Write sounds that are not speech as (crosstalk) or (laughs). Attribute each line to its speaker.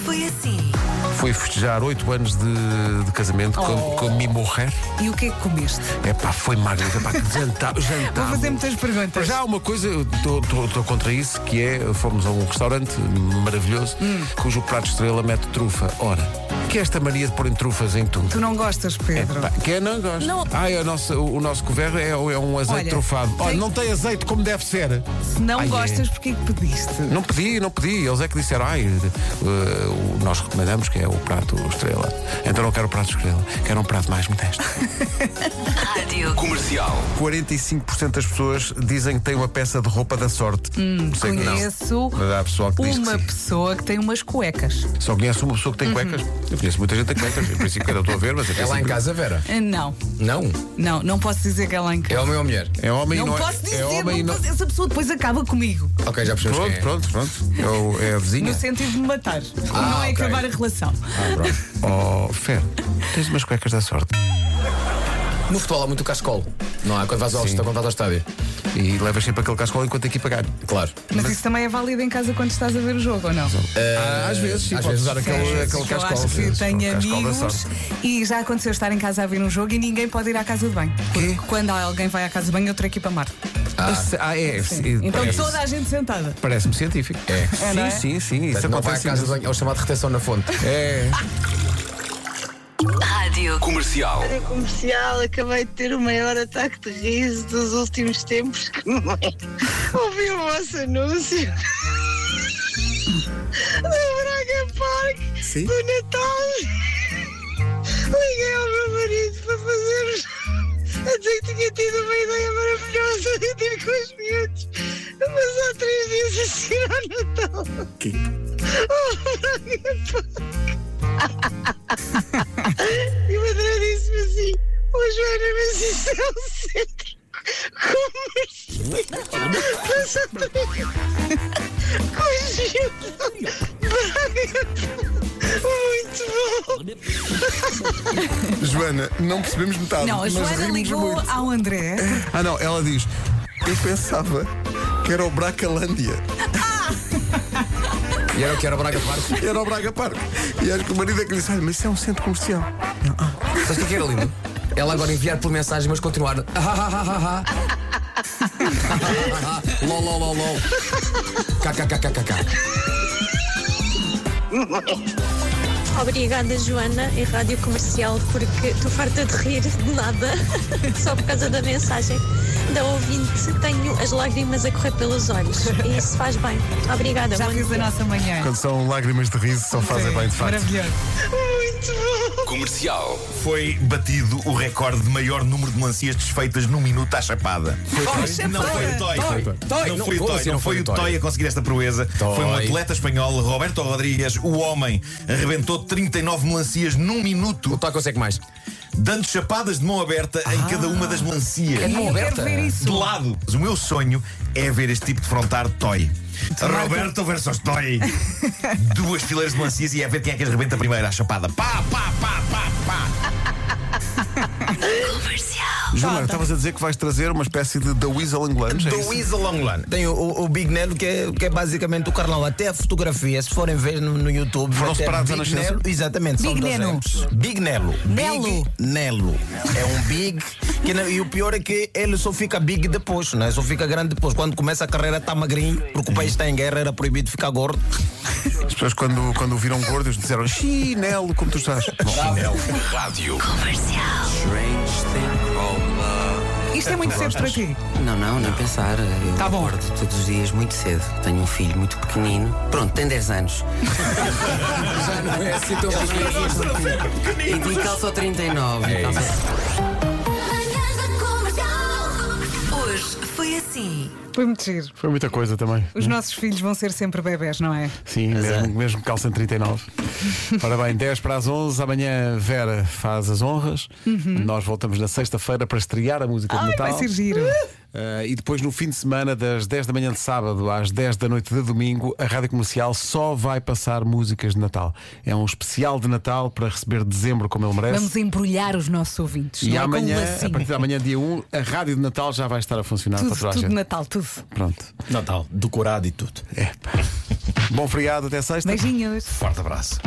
Speaker 1: Foi assim.
Speaker 2: Foi festejar oito anos de, de casamento
Speaker 1: Oh.
Speaker 2: com, com Mi Morrer.
Speaker 1: E o que é que comeste?
Speaker 2: É pá, foi magnífico. Epá, que jantar, jantar.
Speaker 1: (laughs) Vou fazer muitas
Speaker 2: Para
Speaker 1: perguntas.
Speaker 2: já há uma coisa, estou contra isso, que é, fomos a um restaurante maravilhoso,
Speaker 1: Hum.
Speaker 2: cujo prato estrela mete trufa. Ora, que é esta mania de pôr trufas em tudo?
Speaker 1: Tu não gostas, Pedro?
Speaker 2: Pá, Quem não gosta?
Speaker 1: Não.
Speaker 2: Ai, a nossa- o, o nosso couvert é, é um azeite
Speaker 1: Olha,
Speaker 2: trufado. Olha,
Speaker 1: tem-
Speaker 2: não tem azeite como deve ser.
Speaker 1: Se não
Speaker 2: Ai, é.
Speaker 1: gostas, porquê que pediste?
Speaker 2: Não pedi, não pedi. Eles é que disseram, ai, eh, o- nós recomendamos que é o prato estrela. Então não quero o prato estrela, quero um prato mais modesto.
Speaker 3: Rádio.
Speaker 4: Comercial.
Speaker 2: 45% das pessoas dizem que tem uma peça de roupa da sorte. Hum, Sei que não.
Speaker 1: Conheço
Speaker 2: Mas há pessoal que diz que
Speaker 1: uma
Speaker 2: sim.
Speaker 1: pessoa que tem umas cuecas.
Speaker 2: Só conheço uma pessoa que tem cuecas. Eu conheço muita gente que tem cuecas. Em princípio, que eu estou a ver, mas em
Speaker 4: É lá em
Speaker 2: princípio-
Speaker 4: casa, Vera?
Speaker 1: Ah, Não,
Speaker 4: Não.
Speaker 1: não, não posso dizer que é lá em
Speaker 4: É
Speaker 1: casa.
Speaker 4: homem ou mulher?
Speaker 2: É homem
Speaker 1: Não,
Speaker 2: e não é-
Speaker 1: posso dizer,
Speaker 2: é homem e
Speaker 1: não
Speaker 2: não...
Speaker 1: posso- essa pessoa depois acaba comigo.
Speaker 4: Ok, já percebemos
Speaker 2: Pronto,
Speaker 4: quem é.
Speaker 2: pronto, pronto. É, o- é a
Speaker 1: No
Speaker 2: vizinha.
Speaker 1: sentido de me matar.
Speaker 4: Ah,
Speaker 1: não é
Speaker 4: ok.
Speaker 1: acabar a relação.
Speaker 4: Ah,
Speaker 2: Oh, Fer, tens umas cuecas da sorte.
Speaker 4: No futebol há muito cascolo. Não há? Quando vais ao, quando vais ao estádio.
Speaker 2: E levas sempre aquele cascola enquanto aqui pagar.
Speaker 4: Claro.
Speaker 1: Mas, isso também é válido em casa quando estás a ver o jogo, ou não?
Speaker 2: Ah, às vezes, sim,
Speaker 4: às
Speaker 2: podes
Speaker 4: vezes
Speaker 2: usar
Speaker 4: sim.
Speaker 2: aquele,
Speaker 1: Às
Speaker 2: aquele
Speaker 1: vezes eu
Speaker 2: cascola.
Speaker 1: acho que
Speaker 2: Sim,
Speaker 1: tenho
Speaker 2: cascola da
Speaker 1: amigos
Speaker 2: sorte.
Speaker 1: e já aconteceu estar em casa a ver um jogo e ninguém pode ir à casa de banho. Porque quando alguém vai à casa de banho, outra equipa marca.
Speaker 2: Esse- Ah, é. sim,
Speaker 1: Então
Speaker 2: parece-
Speaker 1: toda a gente sentada.
Speaker 2: Parece-me científico.
Speaker 4: É.
Speaker 1: É, não é?
Speaker 2: Sim, sim, sim. Isso
Speaker 4: Não vai à
Speaker 2: acontece.
Speaker 4: casa de
Speaker 2: imenso.
Speaker 4: banho, é o chamado de retenção na fonte.
Speaker 2: É.
Speaker 3: Rádio.
Speaker 4: Comercial.
Speaker 5: Rádio comercial, acabei de ter o maior ataque de riso dos últimos tempos, que não é? Ouvi o vosso anúncio do Braga Park,
Speaker 2: Sim.
Speaker 5: do Natal. Liguei ao meu marido para fazer a dizer que tinha tido uma ideia maravilhosa de ter com os miúdos, mas há três dias a seguir ao Natal. O Braga Park. (laughs) E o André disse-me assim: Ô Joana, mas isso é um centro comercial. Mas só tem conjunto Braga. Muito bom.
Speaker 2: Joana, não percebemos metade.
Speaker 1: Não, a Joana ligou ao André.
Speaker 2: Ah, não, ela diz: Eu pensava que era o Bracalândia.
Speaker 4: E era o que era Braga Parque.
Speaker 2: Era o Braga Parque. E acho que o marido é que lhe disse: Olha, mas isso é um centro comercial.
Speaker 4: Sabes o que é que era lindo? Ela agora enviar por mensagem, mas continuar. (laughs) Ah, ah, ah, ah, ah. Lol, lol, lol, lol. KKKKK.
Speaker 6: Obrigada, Joana, e Rádio Comercial, porque estou farta de rir de nada, (laughs) só por causa da mensagem da ouvinte. Tenho as lágrimas a correr pelos olhos e isso faz bem. Obrigada,
Speaker 1: Já
Speaker 6: bom
Speaker 1: fiz a
Speaker 6: dia.
Speaker 1: nossa manhã.
Speaker 2: Quando são lágrimas de riso, só fazem bem, de facto.
Speaker 1: Maravilhoso.
Speaker 5: Muito bom.
Speaker 4: Comercial.
Speaker 7: Foi batido o recorde de maior número de melancias desfeitas num minuto à chapada.
Speaker 1: Foi
Speaker 7: não foi o Toy.
Speaker 4: Toy, Toy.
Speaker 7: Não
Speaker 4: Não,
Speaker 7: foi o
Speaker 4: como
Speaker 7: Toy.
Speaker 4: assim
Speaker 7: Não foi o Toy a conseguir esta proeza.
Speaker 4: Toy.
Speaker 7: Foi um atleta espanhol, Roberto Rodrigues, o homem, arrebentou 39 melancias num
Speaker 4: O
Speaker 7: minuto,
Speaker 4: Toy consegue mais.
Speaker 7: dando chapadas de mão aberta em cada uma das melancias.
Speaker 4: É de mão
Speaker 1: Eu quero
Speaker 4: aberta.
Speaker 1: ver isso.
Speaker 7: De lado. Mas O meu sonho é ver este tipo de frontar Toy. Roberto versus Toy. Duas fileiras de melancias e é ver quem é que as rebenta primeiro à chapada. Pá, pá, pá, pá, pá.
Speaker 2: Joana, estavas a dizer que vais trazer uma espécie de é The Weasel and Lunch.
Speaker 7: Do Weasel Long Run.
Speaker 8: Tem o, o Big Nelo, que é, que é basicamente o Carlão. Até a fotografia, se forem ver no, no YouTube.
Speaker 2: Foram
Speaker 8: até
Speaker 2: separados à
Speaker 8: Big
Speaker 2: nascença?
Speaker 8: Nelo, Exatamente. são
Speaker 1: Big
Speaker 8: dois
Speaker 1: Nelo.
Speaker 8: exemplos. Big Nelo.
Speaker 1: Nelo.
Speaker 8: Big Nelo. É um Big. que não- e o pior é que ele só fica big depois, né? Só fica grande depois. Quando começa a carreira está magrinho, porque o país está em guerra, era proibido ficar gordo.
Speaker 2: As pessoas, quando, quando o viram gordos, disseram: Chinelo, como tu estás? Bom,
Speaker 1: Isto é muito cedo para ti.
Speaker 9: Não, não, nem pensar. Eu
Speaker 1: Tá bom.
Speaker 9: acordo todos os dias muito cedo. Tenho um filho muito pequenino. Pronto, tem 10 anos.
Speaker 4: Já não é assim tão
Speaker 9: E e calça 39.
Speaker 1: É
Speaker 9: e Então calça-
Speaker 3: Hoje foi assim.
Speaker 1: Foi muito giro.
Speaker 2: foi muita coisa também.
Speaker 1: Os nossos filhos vão ser sempre bebés, não é?
Speaker 2: Sim, mesmo, mesmo calça em
Speaker 1: (laughs)
Speaker 2: 39. Ora bem, 10 para as 11, amanhã Vera faz as honras. Nós voltamos na sexta-feira para estrear a música de
Speaker 1: Uhum. Ai,
Speaker 2: Natal.
Speaker 1: vai ser giro.
Speaker 2: Ah, e depois no fim de semana, das 10 da manhã de sábado às 10 da noite de domingo, a rádio comercial só vai passar músicas de Natal. É um especial de Natal para receber dezembro como ele merece.
Speaker 1: Vamos embrulhar os nossos ouvintes.
Speaker 2: É. e
Speaker 1: não é? Com
Speaker 2: amanhã,
Speaker 1: um
Speaker 2: a
Speaker 1: lacinho.
Speaker 2: partir de amanhã, dia 1, a rádio de Natal já vai estar a funcionar para
Speaker 1: Tudo,
Speaker 2: toda a
Speaker 1: tudo
Speaker 2: gente.
Speaker 1: Natal, tudo.
Speaker 2: Pronto.
Speaker 4: Natal, decorado e tudo.
Speaker 2: É, pá.
Speaker 10: Bom feriado, até sexta.
Speaker 11: Beijinhos.
Speaker 2: Forte abraço.